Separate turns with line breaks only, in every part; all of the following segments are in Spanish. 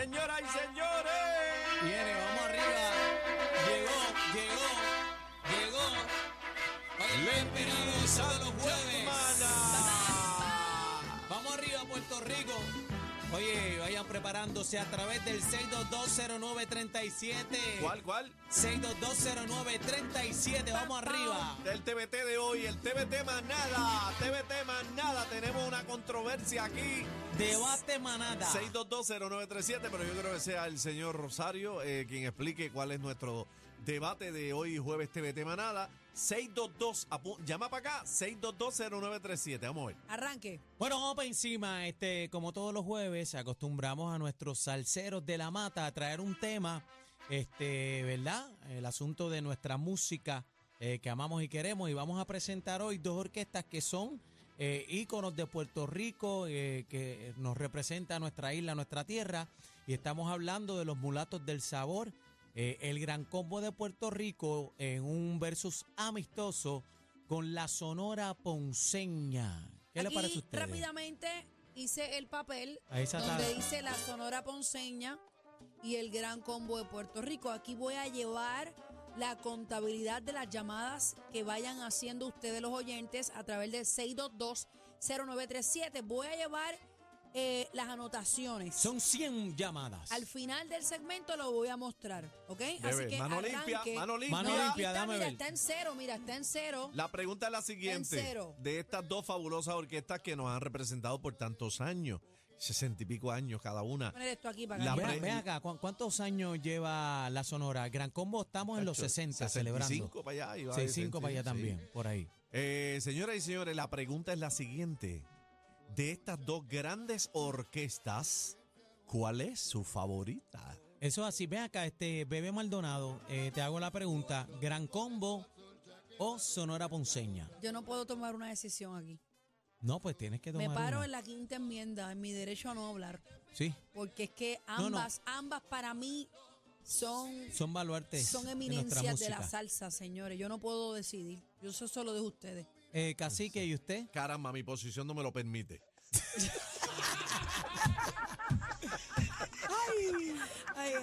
señoras y señores.
Viene, vamos arriba. Llegó, llegó, llegó. Oye, qué esperado sábado los jueves.
Humana.
Vamos arriba, Puerto Rico. Oye, vayan preparándose a través del 6220937.
¿Cuál, cuál?
6220937. Vamos arriba.
Del TBT de hoy, el TBT más nada. TBT más nada. Tenemos una controversia aquí.
Debate manada.
6220937, pero yo creo que sea el señor Rosario eh, quien explique cuál es nuestro debate de hoy, jueves TVT Manada. 622, apu- llama para acá, 6220937. Vamos a ver.
Arranque.
Bueno, vamos para encima. Este, como todos los jueves, acostumbramos a nuestros salseros de la mata a traer un tema, este, ¿verdad? El asunto de nuestra música eh, que amamos y queremos. Y vamos a presentar hoy dos orquestas que son eh, íconos de Puerto Rico, eh, que nos representa nuestra isla, nuestra tierra. Y estamos hablando de los mulatos del sabor, eh, el gran combo de Puerto Rico en un versus amistoso con la Sonora Ponceña. ¿Qué le
Aquí,
parece a usted?
Rápidamente hice el papel
Ahí está
donde
Tara.
dice la Sonora Ponceña y el Gran Combo de Puerto Rico. Aquí voy a llevar la contabilidad de las llamadas que vayan haciendo ustedes los oyentes a través del 622-0937. Voy a llevar eh, las anotaciones.
Son 100 llamadas.
Al final del segmento lo voy a mostrar, ¿ok? Así
Debe.
que
mano
arranque.
limpia, mano limpia.
Mano
Aquí
limpia.
está,
dame
mira,
ver.
está en cero, mira, está en cero.
La pregunta es la siguiente.
cero.
De estas dos fabulosas orquestas que nos han representado por tantos años, sesenta y pico años cada una.
Voy a poner esto aquí para que
La
vean.
Ve-
pre-
ve acá, ¿cu- ¿cuántos años lleva la Sonora? Gran Combo, estamos en los
Cacho,
60
65
celebrando.
para allá. iba a
65 para allá
decir, sí.
también, por ahí.
Eh, señoras y señores, la pregunta es la siguiente. De estas dos grandes orquestas, ¿cuál es su favorita?
Eso es así, ve acá, este Bebé Maldonado, eh, te hago la pregunta, ¿Gran Combo o Sonora Ponceña?
Yo no puedo tomar una decisión aquí.
No, pues tienes que tomar
Me paro
una.
en la quinta enmienda, en mi derecho a no hablar,
Sí,
porque es que
No, no.
ambas, ambas para mí son,
son baluartes
son
de nuestra
eminencias de
música.
la salsa, señores. Yo no puedo decidir. Yo eso solo dejo a ustedes.
Eh, Cacique, ¿y usted?
Caramba, mi posición no me lo permite.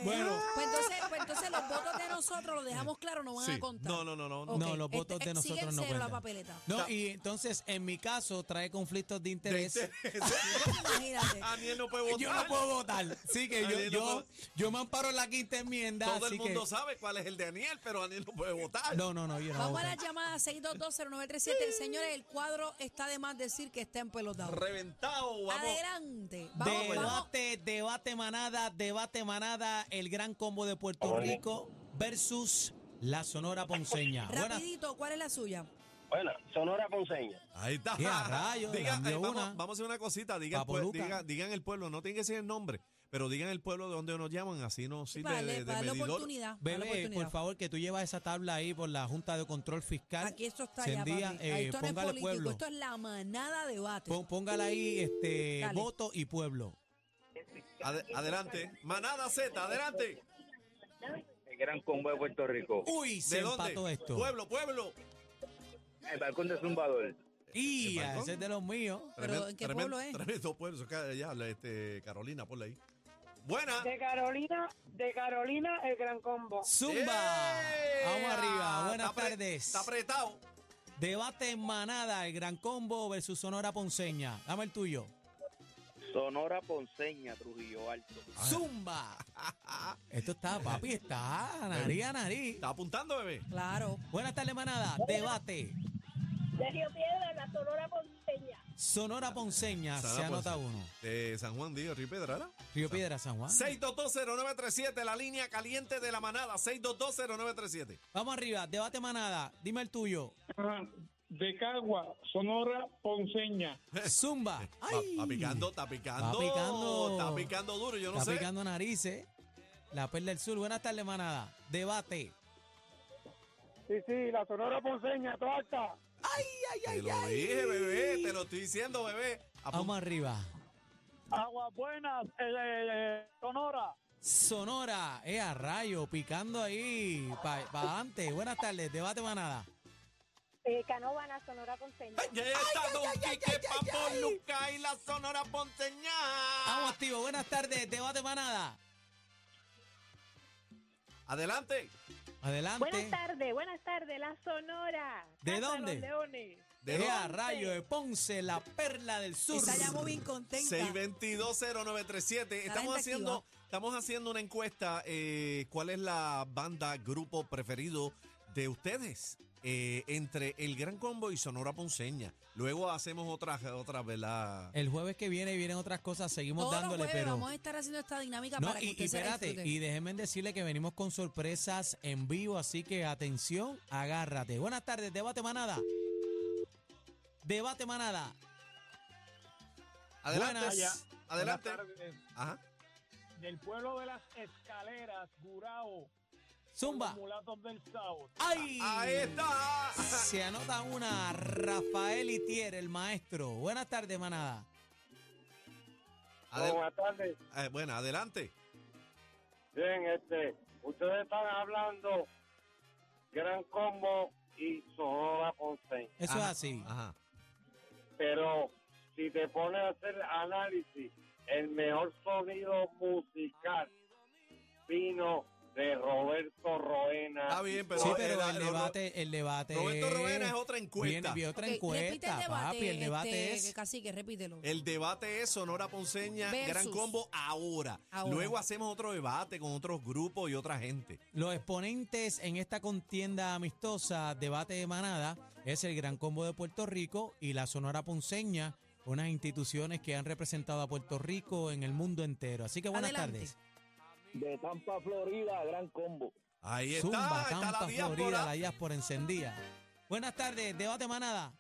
Bueno.
Pues entonces, pues entonces los votos de nosotros los dejamos claro, no van
Sí.
a contar.
No, no, no, no.
Ok,
No, los votos de
este- sigue
nosotros
en
no
cero
cuentan.
la papeleta.
No, y entonces, en mi caso, trae conflictos de interés.
Imagínate.
Daniel no puede votar.
Yo no puedo votar. Sí que yo,
Daniel no
yo,
puede-
yo me amparo en la quinta enmienda.
Todo el
así
mundo
que,
sabe cuál es el de Daniel, pero Daniel no puede votar.
No, no, no, yo no. voy a
Vamos a
votar.
la llamada 6220937. Señores, el cuadro está de más decir que está empelotado.
Reventado, vamos.
Adelante. Vamos, vamos.
debate, debate manada, debate manada, el gran combo de Puerto Rico versus la Sonora Ponceña. Buenas-
Rapidito, ¿cuál es la suya?
Bueno, Sonora Ponceña.
Ahí está.
¡Qué a rayos!
Diga,
Cambió
eh,
una.
vamos, vamos a hacer una cosita. Digan,
Papo Luca.
digan, el pueblo. No tiene que ser el nombre, pero digan el pueblo de donde nos llaman. Así no sirve
Vale,
de, de
para darle
medidor.
oportunidad. para darle
Bebé,
oportunidad.
por favor, que tú llevas esa tabla ahí por la Junta de Control Fiscal.
Aquí esto está ya,
Sendía,
papi.
eh,
esto no
póngale
es político,
pueblo.
esto es la manada de debate.
Pon- póngala ahí, este,
Dale.
voto y pueblo.
Ade- adelante. Manada Z, adelante.
El gran combo de Puerto Rico.
Uy, se
¿De
empató
dónde?
esto.
Pueblo, pueblo.
El balcón de Zumbador.
Y
¿El balcón?
ese es de los míos.
Pero, ¿en qué pueblo es?
Tremendo pueblo. Eso acá, allá, la, este, Carolina, ponle ahí. Buena.
De Carolina, de Carolina, el gran combo.
Zumba.
¡Eh!
Vamos arriba. Buenas
Está apre-
tardes.
Está apretado.
Debate en manada, el gran combo versus Sonora Ponceña. Dame el tuyo.
Sonora Ponceña, Trujillo Alto.
¡Zumba! Esto está, papi, está nariz a nariz.
Está apuntando, bebé.
Claro.
Buenas tardes, manada. Debate.
De Río Piedra, la Sonora Ponceña.
Sonora Ponceña, Ah, se
Sonora
anota
Ponceña.
uno.
De San Juan Díaz, Río Pedrara.
Río Piedra, San Juan.
6220937, la línea caliente de la manada. 6220937.
Vamos arriba, debate manada. Dime el tuyo.
Ajá. De Cagua, Sonora, Ponceña.
Zumba.
Va-
Ay.
Está Eh, picando, está picando.
Está picando.
Está picando duro, yo no
Está
sé.
picando narices. La perla del sur. Buenas tardes, manada. Debate.
Sí, sí, la Sonora Ponceña, toda alta.
Te lo dije, bebé. Te lo estoy diciendo, bebé. Apun-
Vamos arriba.
Aguas Buenas, el, el- el Sonora.
Sonora, eh, a rayo, picando ahí. Para adelante. Buenas tardes, debate manada.
Eh, Canóvana, Sonora Ponceña.
Ya está Don Quique Papo Luca y la Sonora Ponteña.
Ah. Vamos activo. Buenas tardes, debate manada.
Adelante.
Adelante.
Buenas tardes, buenas tardes, la Sonora.
¿De
Casa
dónde?
Los Leones.
De
Eh,
dos-
a rayo de Ponce, la perla del sur.
Esa llamó bien contenta.
6220937.
Está la
Estamos
gente
haciendo, estamos haciendo una encuesta. eh, ¿Cuál es la banda, grupo preferido de ustedes? Eh, entre el Gran Combo y Sonora Ponceña. Luego hacemos otras, otras, ¿verdad?
El jueves que viene vienen otras cosas, seguimos
Todos los
dándole,
jueves
pero.
vamos a estar haciendo esta dinámica
No,
para que
y, y
usted se la
espérate,
disfrute.
y déjenme decirle que venimos con sorpresas en vivo, así que atención, agárrate. Buenas tardes, debate manada. Debate manada.
Adelante.
buenas.
Adelante.
Buenas tardes.
Ajá.
Del pueblo de las escaleras, Gurao.
Zumba.
Los mulatos del South.
¡Ay!
Ahí está.
Se anota una Rafael Itier, el maestro. Buenas tardes, manada.
Adel-
tardes.
eh, bueno, adelante.
Bien, este, ustedes están hablando Gran Combo y Sonora Ponceña.
Eso
Ajá,
es así.
Ajá.
Pero si te pones a hacer análisis, el mejor sonido musical vino de Roberto Roena.
Está bien, pero,
Sí, pero
eh,
el
Ro- Ro-
debate, el debate.
Roberto Rovena es otra
Viene,
encuesta.
viene otra
Ok, repite
encuesta,
el debate,
papi. El debate
este,
es.
que Cacique, repítelo.
El debate es Sonora Ponceña,
Versus.
Gran Combo ahora.
Ahora.
Luego hacemos otro debate con otros grupos y otra gente.
Los exponentes en esta contienda amistosa, debate de manada, es el Gran Combo de Puerto Rico y la Sonora Ponceña, unas instituciones que han representado a Puerto Rico en el mundo entero. Así que buenas
Adelante.
tardes.
De Tampa, Florida, gran combo.
Ahí está,
Zumba,
está
Tampa,
la diáspora.
Florida, la diáspora encendida. Buenas tardes, debate de manada.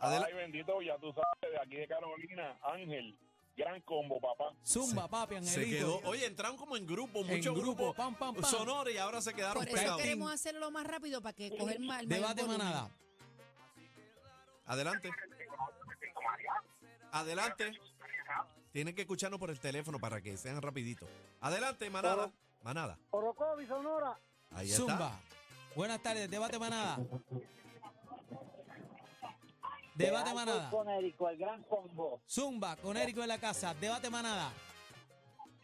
Adela-
Ay, bendito, ya tú sabes, de aquí de Carolina, Ángel, gran combo, papá.
Zumba, papi,
se
angelito.
quedó. Oye, entraron como en grupo,
En
muchos
grupo,
grupos
pam, pam, pam.
sonora y ahora se quedaron
Por eso
pegados.
queremos hacerlo más rápido para que coger más el mayor
debate de
volumen.
manada.
Adelante. Adelante. Tienen que escucharnos por el teléfono para que sean rapidito. Adelante, manada. Manada.
Orocovi, Sonora.
Ahí está.
Oh. Zumba. Buenas tardes, debate manada. Debate
De
manada.
Hartford, Connecticut, el gran combo.
Zumba, con Érico en la casa, debate manada.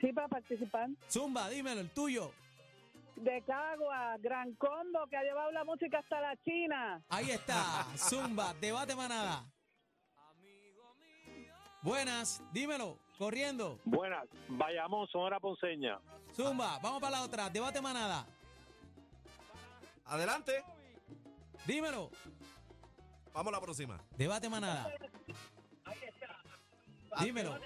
Sí, para participar.
Zumba, dímelo, el tuyo.
De Cagua, Gran Combo, que ha llevado la música hasta la China.
Ahí está, Zumba, debate manada. Buenas, dímelo, corriendo.
Buenas, Bayamón, Sonora Ponceña.
Zumba, vamos para la otra, debate manada.
Adelante.
Dímelo,
Vamos a la próxima.
debate manada. Dímelo.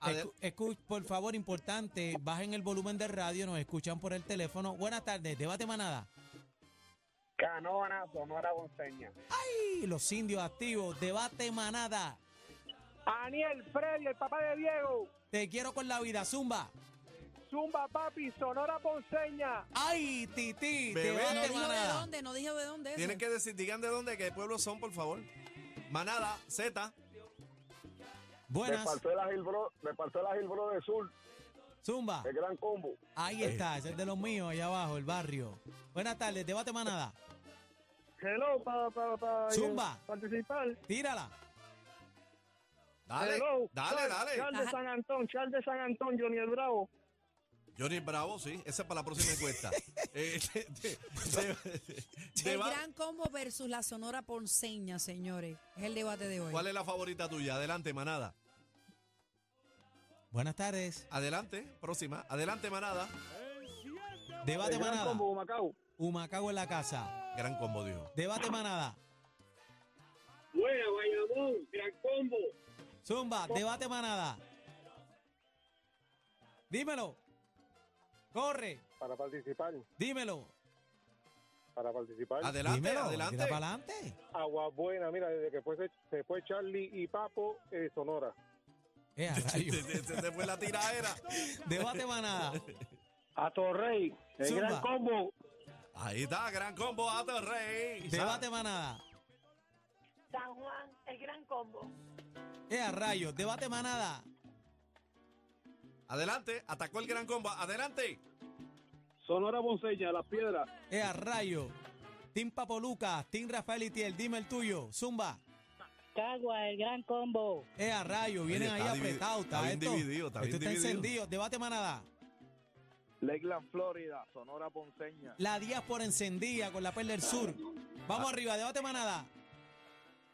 Adel-
Escu- escu- por favor, importante, bajen el volumen del radio, nos escuchan por el teléfono. Buenas tardes, debate manada.
Canóvana, Sonora Ponceña.
Y los indios activos, debate manada.
Aniel Freddy, el papá de Diego.
Te quiero con la vida, Zumba.
Zumba Papi, Sonora Ponceña.
¡Ay, Titi!
Bebé.
No
¡Debate
dijo de
manada!
dónde, no dijo de dónde eso.
Tienen que decir, digan de dónde, qué pueblos son, por favor. Manada, Z.
Buenas,
Me pasó la Gilbro de Sur,
Zumba.
el gran combo.
Ahí
Eh.
está, ese es de los míos, allá abajo, el barrio. Buenas tardes, debate manada.
Hello, para
Zumba.
participar.
Tírala.
Dale,
Hello.
dale, dale.
Ajá.
San Antón, Charles de San Antón, Johnny el Bravo.
Johnny Bravo, sí. Esa es para la próxima encuesta. Eh, de- de- de-
Pues, El
deba-
Gran Combo versus la Sonora Ponceña, señores. Es el debate de hoy.
¿Cuál es la favorita tuya? Adelante, manada.
Buenas tardes,
Adelante, próxima. Adelante, manada.
debate manada.
Macao.
Humacao en la casa.
Gran combo, dijo.
Debate manada.
Buena, Bayamón, gran combo.
Zumba, debate manada. Dímelo. Corre,
Para participar,
dímelo.
para participar.
Adelante,
dímelo.
adelante.
Tira para adelante.
Agua Buena, mira, desde que fue, se fue Charlie y Papo, eh, Sonora.
Eh, a rayos.
Se te fue la tiradera.
debate manada.
A Torrey,
el Zumba. gran
combo.
Ahí está, gran combo, Ato Rey.
Debate manada.
San Juan, el Gran Combo.
Eh, a rayos. Debate manada.
Adelante, atacó el gran combo. Adelante.
Sonora Ponceña, Las Piedras.
Eh, a rayos. Team Papo Lucas, Team Rafael Itiel, dime el tuyo. Zumba.
Cagua, el Gran Combo.
Eh, a rayo, vienen
Oye, está
ahí
divi-
apretados.
está bien
esto-
dividido, está bien
esto está
dividido.
encendido. Debate manada.
Lakeland, Florida, Sonora Ponceña.
La diáspora encendida con la perla del sur. Vamos
Ah.
arriba, debate manada.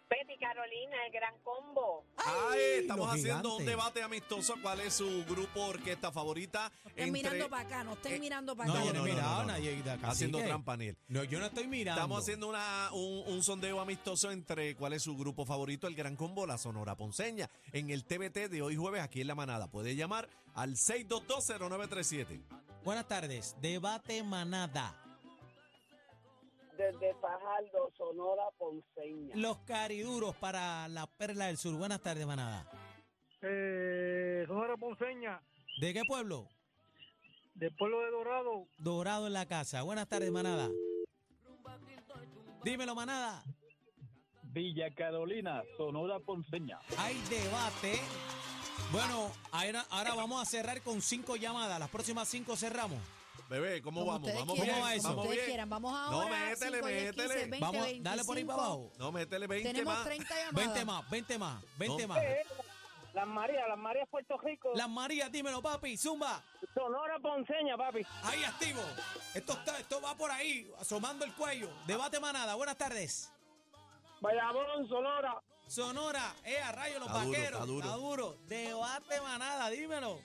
Betty Carolina, el gran combo.
Ay, estamos
los
haciendo un
gigantes.
debate amistoso. ¿Cuál es su grupo orquesta favorita?
Estén mirando para acá, no estén
eh,
mirando para
No,
acá.
yo no, he
no, no,
mirado
no,
a
no.
nadie. cacique.
Haciendo trampa, Niel.
No, yo no estoy mirando.
Estamos haciendo una- un, un sondeo amistoso entre cuál es su grupo favorito, el Gran Combo, la Sonora Ponceña, en el TBT de hoy jueves aquí en La Manada. Puede llamar al 6220937.
Buenas tardes. Debate manada.
Desde Fajardo, Sonora Ponceña.
Los cariduros para la perla del sur. Buenas tardes, manada.
Eh, Sonora Ponceña,
¿De qué pueblo?
del pueblo de Dorado.
Dorado en la casa. Buenas tardes, manada. Dímelo, manada.
Villa Carolina, Sonora Ponceña.
Hay debate. Bueno, ahora, ahora vamos a cerrar con cinco llamadas. Las próximas cinco cerramos.
Bebé, ¿cómo
Como
vamos?
ustedes
¿Vamos
quieran,
bien?
¿Cómo va eso?
como
¿Vamos
ustedes
bien?
quieran. Vamos
No,
ahora.
métele,
5, 10, 15,
métele.
20,
Vamos, a- dale por ahí para
25.
abajo.
No, métele 20
Tenemos
más.
30 llamadas.
20 más, 20 más, 20
No.
más.
Las Marías, Las Marías, Puerto Rico.
Las Marías, dímelo, papi, zumba.
Sonora Ponceña, papi.
Ahí activo. Esto, está, esto va por ahí, asomando el cuello. Debate manada, buenas tardes.
Bayamón, Sonora.
Sonora, eh, a rayo, los
Está duro,
vaqueros.
está duro.
Está duro. Debate manada, dímelo.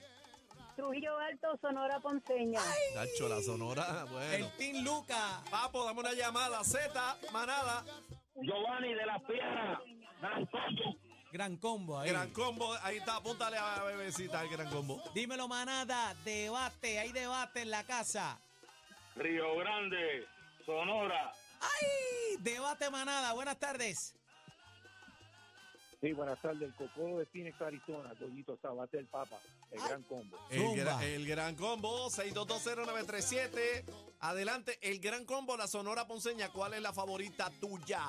Trujillo Alto, Sonora Ponceña.
Nacho, la Sonora, bueno.
El Team Luca.
Papo, dame una llamada. Z, Manada,
Giovanni de las Piedras. Gran Combo.
Gran combo ahí.
Gran Combo. Ahí está, apúntale a Bebecita al Gran Combo.
Dímelo, manada, debate, hay debate en la casa.
Río Grande, Sonora.
¡Ay! Debate manada, buenas tardes.
Sí, buenas tardes. El Cocoro de Phoenix, Arizona. Goyito Sabate, el Papa. El Gran Combo.
El,
Zumba.
gra- el Gran Combo, 6220937. Adelante, el Gran Combo, la Sonora Ponceña. ¿Cuál es la favorita tuya?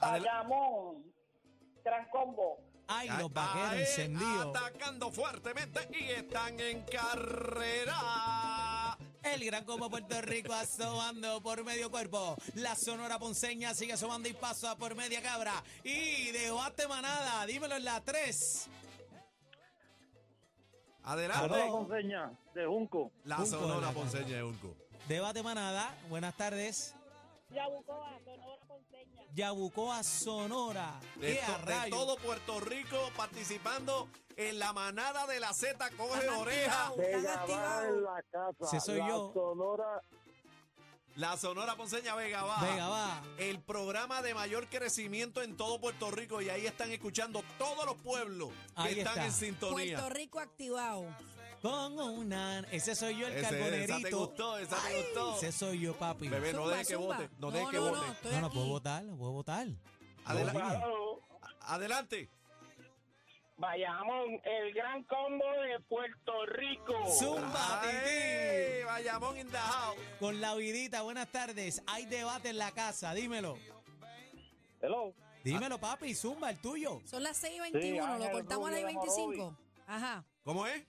Adela-
Bayamón, gran combo.
Ay, los
Ahí,
vaqueros encendidos.
Atacando fuertemente y están en carrera.
El gran combo Puerto Rico asomando por medio cuerpo. La Sonora Ponceña sigue asomando y pasa por media cabra. Y debate manada, dímelo en la 3.
Adelante.
Ponceña, de Junco.
La
Junco de
Sonora
la
Ponceña de Unco.
Debate manada, buenas tardes.
Yabucoa, Sonora Ponceña.
Yabucoa Sonora.
De,
¡Qué
to-
a
de
rayos!
todo Puerto Rico participando en la manada de la Z. Coge
Están
oreja.
activados, están activados.
la casa.
Ese soy
la
yo.
Sonora
La Sonora Ponceña Vega Baja.
Venga, va.
El programa de mayor crecimiento en todo Puerto Rico. Y ahí están escuchando todos los pueblos que
Ahí
están
está.
en sintonía.
Puerto Rico activado.
Con una... Ese soy yo, el
Ese- esa te
carbonerito.
gustó, esa te gustó.
Ese soy yo, papi.
Bebé, no
Zumba,
dejes que
zumba.
vote. No dejes que
no,
vote.
No, estoy
No, no,
aquí.
puedo votar, puedo votar.
Adela-
Dios mío.
Adelante.
Bayamón, el Gran Combo de Puerto Rico.
Zumba, Tití.
Ay, Bayamón in the house.
Con la vidita, buenas tardes. Hay debate en la casa, dímelo.
Hello.
Dímelo, papi, zumba, el tuyo.
Son las 6 y 21, lo
Ángel
cortamos a las
Rubio
25. Ajá.
¿Cómo es?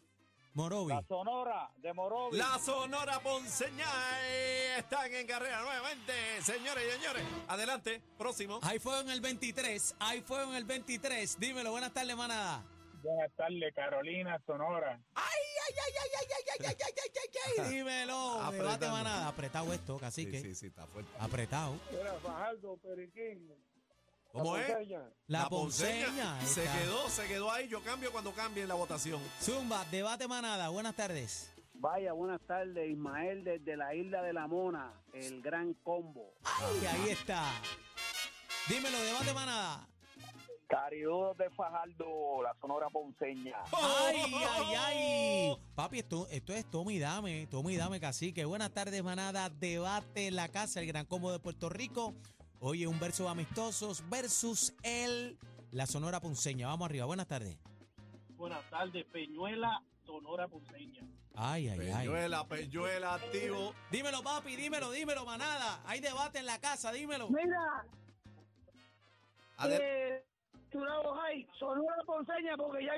Morovi.
La Sonora de Morovis.
La Sonora Ponceña eh, están en carrera nuevamente, señores y señores. Adelante, próximo.
Hay fuego en el 23, hay fuego en el 23. Dímelo, buenas tardes, manada.
Buenas tardes, Carolina, Sonora.
Dímelo,
Apretando.
debate manada. Apretado esto,
Sí,
cacique.
sí, sí, está fuerte.
Apretado.
era Fajardo, Periquín.
¿Cómo es?
Ponceña.
La, ponceña. ahí
Se
está.
quedó, se quedó ahí. Yo cambio cuando cambie la votación.
Zumba, debate manada, buenas tardes.
Vaya, buenas tardes, Ismael desde la isla de la Mona, el gran combo.
Ay, ahí está. Dímelo, debate manada.
Cariduros de Fajardo, la Sonora Ponceña.
Ay, ay, ay. Papi, esto, esto es Tommy Dame, Tommy Dame Cacique. Buenas tardes, manada. Debate en la casa, el Gran Combo de Puerto Rico. Oye, un verso amistosos versus el La Sonora Ponceña. Vamos arriba, buenas tardes.
Buenas tardes, Peñuela, Sonora Ponceña.
Ay, ay, ay.
Peñuela, Peñuela, activo.
Dímelo, papi, dímelo, dímelo, manada. Hay debate en la casa, dímelo.
Mira,
Adel-
eh,
Turabo High, Sonora Ponceña, porque ya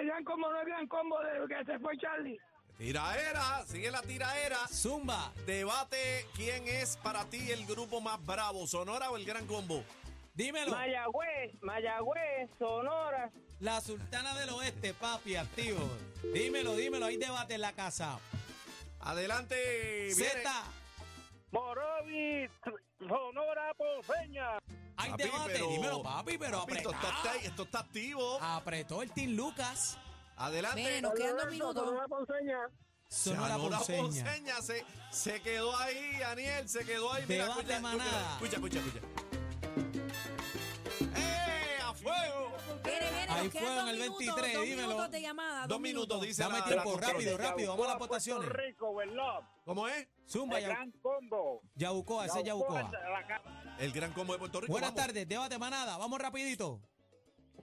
el gran combo no es gran combo de que se fue Charlie.
Tiraera, sigue la tiraera.
Zumba,
Debate, ¿quién es para ti el grupo más bravo? ¿Sonora o el Gran Combo?
dímelo.
Mayagüez, Mayagüez, Sonora.
La Sultana del Oeste, papi, activo. Dímelo, dímelo, hay debate en la casa.
Adelante.
Z.
viene.
Morovis, Sonora Ponceña.
Hay
Papi,
debate.
pero-
Dímelo, papi, pero Ah.
Papi, esto,
apretá.
está, esto está activo.
Apretó el Team Lucas.
Adelante.
Mire, nos quedan dos minutos.
Sonora Ponceña.
Sonora
Sonora
Ponceña.
Ponceña se, se quedó ahí, Daniel, se quedó ahí.
Debate, manada.
escucha, escucha, escucha. ¡Eh, a fuego!
Mire, mire,
Ahí
nos
fue, en
quedan dos
el
minutos,
23,
dos
dímelo.
minutos de llamada.
Dos minutos, dice
Dame
la,
tiempo,
la control.
rápido, rápido. Vamos a las votaciones.
Rico, Verlob,
¿Cómo es?
Zumba,
el
Yau-
gran combo.
Yaucoa, ese es
Yaucoa,
Yaucoa.
la ca-
El gran combo de Puerto Rico.
Buenas
vamos.
tardes, debate manada. Vamos rapidito.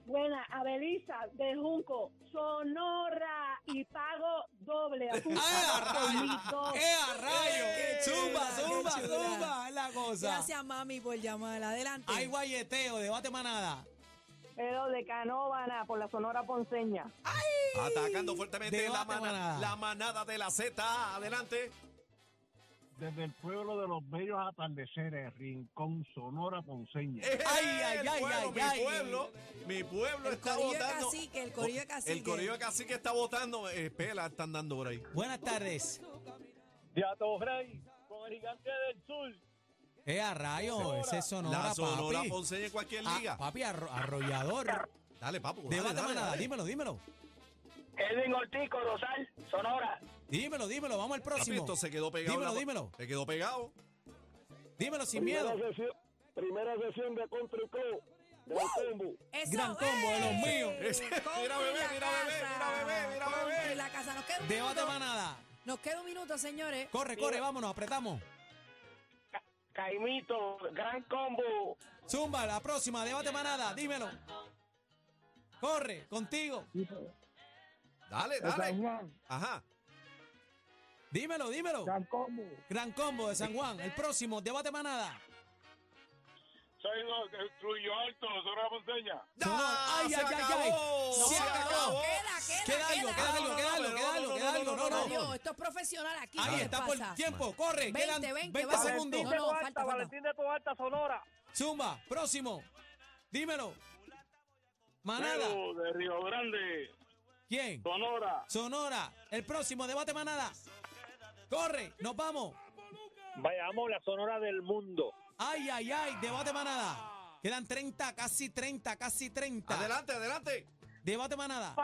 Buena, Abelisa de Junco, Sonora y pago doble.
¡Ah!
Ah,
¡Eh, a rayo!
¡Eh!
¡Zumba,
Qué
zumba,
chula.
zumba! Es la cosa.
Gracias, mami, por llamar. Adelante.
Hay guayeteo, debate manada.
Pero de Canóvana por la Sonora Ponceña.
Atacando fuertemente la,
Debate,
mana-
manada.
la manada de la Z. Adelante.
Desde el pueblo de los bellos atardeceres, Rincón Sonora Ponceña.
¡Eh,
Ay, ay,
el
ay,
pueblo,
ay,
mi
ay.
pueblo, mi pueblo
el
está
corillo de
votando.
cacique, el corillo de cacique.
El corillo de cacique está votando. Eh, pela, están dando por ahí.
Buenas tardes.
De Atorrey, con el gigante del sur.
¡Eh, a rayo! Ese es Sonora,
la Sonora
papi.
Ponceña en cualquier
Ah,
liga.
papi, arro- arrollador.
Dale, papu. dale,
Debate
dale,
manada,
dale.
dímelo, dímelo.
Edwin Ortiz, Corozal, Sonora.
Dímelo, dímelo, vamos al
Papi,
próximo.
esto se quedó pegado.
Dímelo,
la-
dímelo.
Se quedó pegado.
Dímelo sin miedo.
sesión, primera sesión de Country Club. Del combo.
Eso,
Gran combo de los
¡eh!
míos.
Ese-
Compre
mira, bebé,
la
mira, bebé,
casa.
mira, bebé, mira,
Compre
bebé.
la casa. Nos queda un
Debate
minuto.
manada.
Nos queda un minuto, señores.
Corre, corre, vámonos, apretamos.
Caimito, gran combo.
Zumba, la próxima, debate manada, dímelo. Corre, contigo.
Dale,
San
dale.
Juan,
Ajá.
Dímelo, dímelo.
San Combo.
Gran combo de San Juan. El próximo, debate manada.
Soy los de Trujillo Alto, Sonora Ponceña.
Sonora. Ay,
se
ay, ay, ay.
acabó,
No,
se
no, no,
acabó.
Queda, queda,
Queda algo, queda algo, queda algo, queda algo, queda algo. No, no.
Coño, esto es profesional aquí. ¿qué
Ahí
les
está por
pasa?
tiempo. Corre,
20,
quedan
20,
20
vamos.
segundos.
No, no, falta, falta.
de Toalta, Sonora.
Zumba, próximo. Dímelo. Manada.
Pero de Río Grande,
¿Quién?
Sonora.
Sonora. El próximo, debate manada. Corre, nos vamos.
Vayamos la Sonora del mundo.
Ay, ay, ay, debate manada. Quedan 30, casi 30, casi 30.
Adelante, adelante.
Debate manada.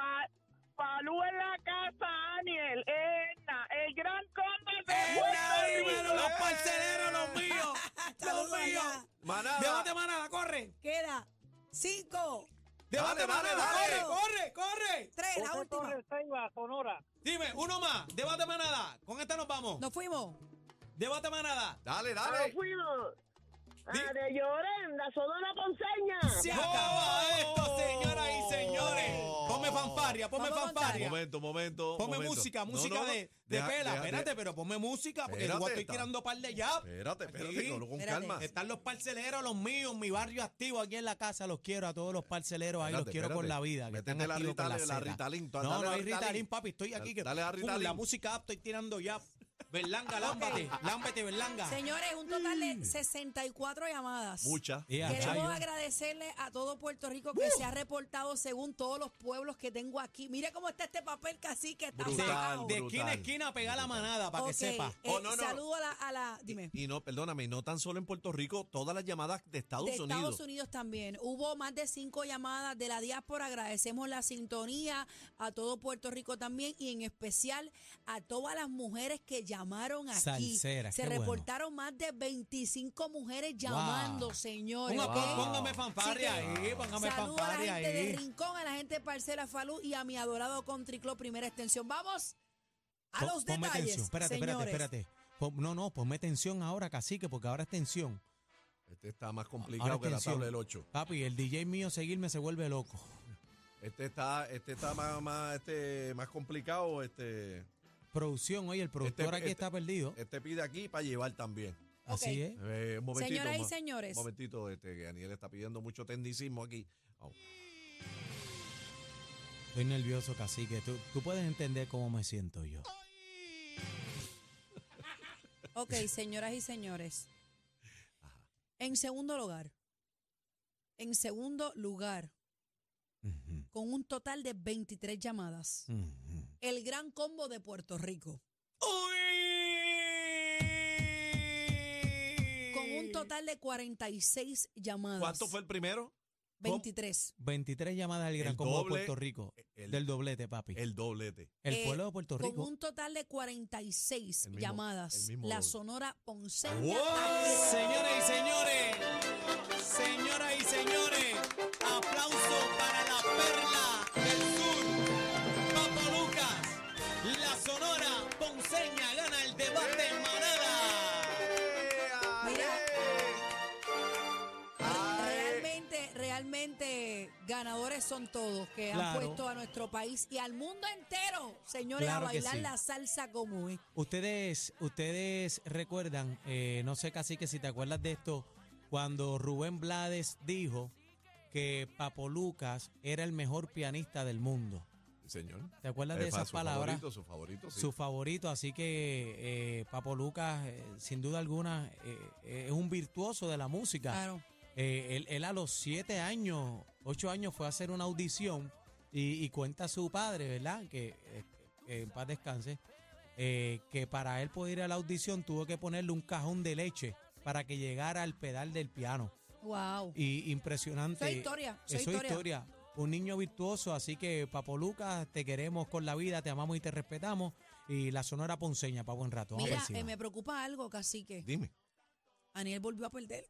Palú en la casa, Aniel. Ena, el gran combo
Eh.
¡Ena, dímelo, los
¡Eh!
parceleros, los míos!
Saludos
¡Los míos!
allá.
Manada.
Debate manada, corre.
Queda. Cinco,
Debate
Dale, dale,
manada,
dale.
corre, corre, corre.
tres, la última.
Sonora.
Dime, uno más. Debate manada. Con esta nos vamos.
Nos fuimos.
Debate manada.
Dale, dale.
fuimos.
Di-
de Llorenda, Sonora Ponceña.
Se acabó esto, señoras y señores. Ponme fanfarria, ponme
Vamos a
fanfarria.
Momento, momento.
Ponme
momento.
música,
No,
música
no, no.
de, de
Deja-
pela.
deja-
espérate, pero ponme música porque yo
Espérate,
estoy
está-
tirando par de ya.
Espérate, espérate,
Aquí.
con- con
Espérate.
calma.
Están los parceleros, los míos, mi barrio activo aquí en la casa. Los quiero a todos los parceleros ahí,
Espérate,
los quiero con
espérate.
la vida. Que
Métete
están
la
activos con la,
Ritalin, la
Z.
Ritalin, tú,
No,
dale
no
la
hay
Ritalin.
Ritalin, papi. Estoy aquí. Que,
Dale la
pum,
Ritalin.
la música app, estoy tirando ya. Berlanga, lámbate, lámbate, Berlanga.
Señores, un total
Mm.
de 64 llamadas.
Mucha.
Eh, a
Queremos
rayo.
agradecerle a todo Puerto Rico que se ha reportado según todos los pueblos que tengo aquí. Mire cómo está este papel cacique, está
Brutal,
pegado.
de
brutal.
esquina a esquina, pega la manada para
Ok,
que sepa.
eh,
Oh, no, no.
Saludo a la, a la- dime.
Y no, perdóname, no tan solo en Puerto Rico, todas las llamadas de Estados
de
Unidos.
Estados Unidos también. Hubo más de cinco llamadas de la diáspora. Agradecemos la sintonía a todo Puerto Rico también y en especial a todas las mujeres que llamaron aquí.
Salseras,
Se
qué bueno.
reportaron más de 25 mujeres llamando, señores.
Ponga-
¿ok?
Póngame fanfarria
Así que,
ahí, póngame
Saludos a la
fanfarria
gente de
ahí.
Rincón, a la gente de Parcela Falú y a mi adorado Contriclo Primera Extensión. Vamos a
Pon-
los
ponme
detalles,
tensión. Espérate,
señores.
espérate, espérate. Pon- no, no, ponme tensión ahora, cacique, porque ahora es tensión.
Este está más
Ahora
complicado
es
que la
tensión.
tabla del 8.
Papi, el DJ mío seguirme se vuelve loco.
Este está, este está más, más, este, más complicado. Este,
Producción, oye, el productor
este-
aquí está perdido.
este pide aquí para llevar también.
Así es.
Eh, un momentito,
Señoras y
ma-
señores.
Un momentito, este, que Daniel está pidiendo mucho tecnicismo aquí. Vamos.
Estoy nervioso, cacique. Tú, tú puedes entender cómo me siento yo.
Ok, señoras y señores. En segundo lugar, en segundo lugar,
Ujú,
con un
Mm.
total de 23 llamadas,
ujú.
el gran combo de Puerto Rico.
¡Uy!
tarde 46 llamadas.
¿Cuánto fue el primero?
23.
23 llamadas al Gran
El
Combo de
doble-
Puerto Rico.
El,
del doblete, papi. El,
el doblete.
Eh,
pueblo de Puerto
Con
Rico.
un total de 46
El mismo- el
llamadas.
mismo
la
doble.
Sonora Ponceña.
¡Wow!
Tarde.
Señoras y señores, señoras y señores, aplauso para la perla del sur, Papo Lucas, la Sonora Ponceña gana el debate en manada.
Mira.
Ay.
Realmente, realmente ganadores son todos que han
Claro.
puesto a nuestro país y al mundo entero, señores,
Claro
a
que
bailar
sí.
la salsa como es.
Ustedes, ustedes recuerdan, eh, no sé casi que si te acuerdas de esto, cuando Rubén Blades dijo que Papo Lucas era el mejor pianista del mundo.
Señor.
¿Te acuerdas de
Eh, fa-
esas
su
palabras?
favorito, su favorito, sí.
su favorito, así que eh, Papo Lucas, eh, sin duda alguna, eh, eh, es un virtuoso de la música.
Claro.
Eh, él, él a los siete años, ocho años, fue a hacer una audición y, y cuenta su padre, ¿verdad? Que eh, eh, en paz descanse, eh, que para él poder ir a la audición tuvo que ponerle un cajón de leche para que llegara al pedal del piano.
Wow.
Y impresionante.
Esa historia,
Eso
esa
es
historia.
historia. Un niño virtuoso, así que Papo Lucas, te queremos con la vida, te amamos y te respetamos. Y la Sonora Ponceña, pa' buen rato. Vamos
Mira,
por encima.
eh, me preocupa algo, cacique.
Dime.
Aniel volvió a perder.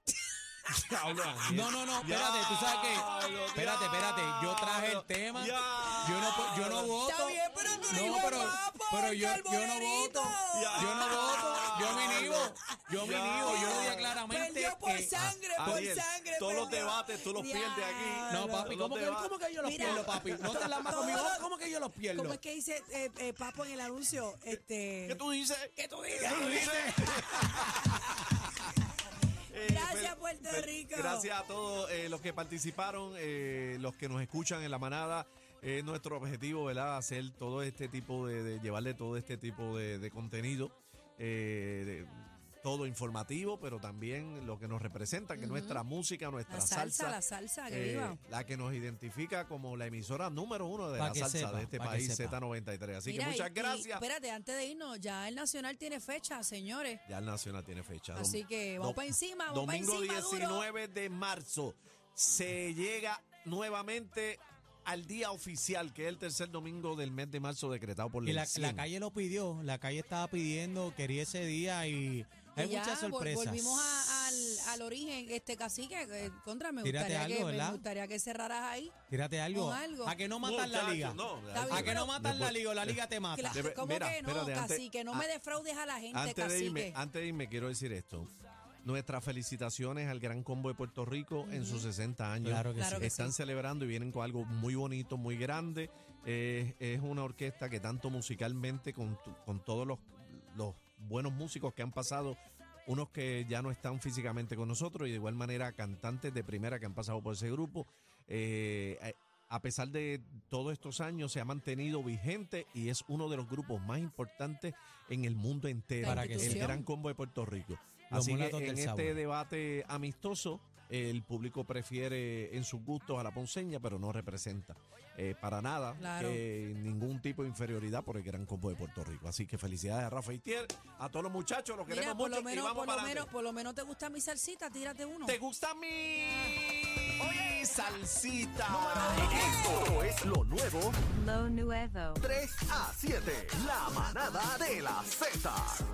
No, no, no, espérate, tú sabes que.
Diablo,
Espérate, espérate, yo traje el
diablo,
tema.
diablo.
Yo no, po- yo no voto.
Está bien, pero tú eres
No,
hijo de
pero-
papo,
pero yo-
el
yo no
bolerito.
voto. Yo no voto, yo me inhibo, yo me inhibo, yo lo dije claramente.
Perdió por
que-
sangre, por
Ariel,
sangre.
todos los
perdió.
debates tú los pierdes aquí.
No,
Claro.
papi, ¿cómo que,
Los
cómo que yo los
Mira.
pierdo, papi? No te la más conmigo,
Todos-
¿cómo que yo los pierdo?
¿Cómo es que dice eh, eh, Papo en el anuncio? Este,
¿Qué tú dices? ¿Qué tú dices? Eh,
Gracias,
per-
Puerto
per-
Rico.
Gracias a todos eh, los que participaron, eh, los que nos escuchan en la manada. Es nuestro objetivo, ¿verdad? Hacer todo este tipo de, de- llevarle todo este tipo de, de contenido, eh, de- todo informativo, pero también lo que nos representa, que es
Ujú.
nuestra música, nuestra
la salsa, la salsa, que
eh,
viva.
la que nos identifica como la emisora número uno de
Pa'
la
que
salsa
sepa,
de este
pa' que
país,
sepa.
Z93. Así
Mira,
que
y-
muchas
y
gracias.
espérate, antes de irnos, ya el Nacional tiene fecha, señores.
ya el Nacional tiene fecha. Dom-
Así que vamos
dom-
para encima, vamos para
Domingo
encima, duro.
19 de marzo se llega nuevamente al día oficial, que es el tercer domingo del mes de marzo decretado por
Y
ley
la,
100.
la calle lo pidió, la calle estaba pidiendo, quería ese día y hay
Y ya
muchas
vol-
sorpresas.
Volvimos a- al, al origen, este cacique, eh, contra, me
Tírate
gustaría,
algo,
que, me
¿verdad?
gustaría que cerraras ahí.
Tírate algo.
Con algo.
A que no matan la
Muchacho,
liga.
no,
Está bien,
A que
pero-
no matan la
Después-
liga o la liga te mata.
Cla-
Ah, Debe-
¿Cómo
mira,
que no,
espérate, antes-
cacique? No me
a-
defraudes a la gente,
Antes de,
cacique.
irme, antes de irme, quiero decir esto. Nuestras felicitaciones al Gran Combo de Puerto Rico en sus 60 años.
Claro que
Claro sí. que
Están
sí.
celebrando y vienen con algo muy bonito, muy grande. Eh, es una orquesta que tanto musicalmente, con, tu- con todos los, los buenos músicos que han pasado, unos que ya no están físicamente con nosotros y de igual manera cantantes de primera que han pasado por ese grupo. Eh, eh, a pesar de todos estos años, se ha mantenido vigente y es uno de los grupos más importantes en el mundo entero.
Para
que
el
sepa.
Gran Combo de Puerto Rico.
Los
Así que
mulatos
en
del
este
sabor.
debate amistoso, el público prefiere en sus gustos a la ponceña, pero no representa eh, para nada
Claro.
que ningún tipo de inferioridad por el Gran Combo de Puerto Rico. Así que felicidades a Rafa Itier, a todos los muchachos, los
Mira,
queremos
por
mucho
lo
y
menos,
vamos
por lo
para
menos,
adelante.
por lo menos te gusta mi salsita, tírate uno.
¿Te gusta mi salsita?
Esto es lo nuevo. Lo nuevo. 3 a 7. La manada de la Z.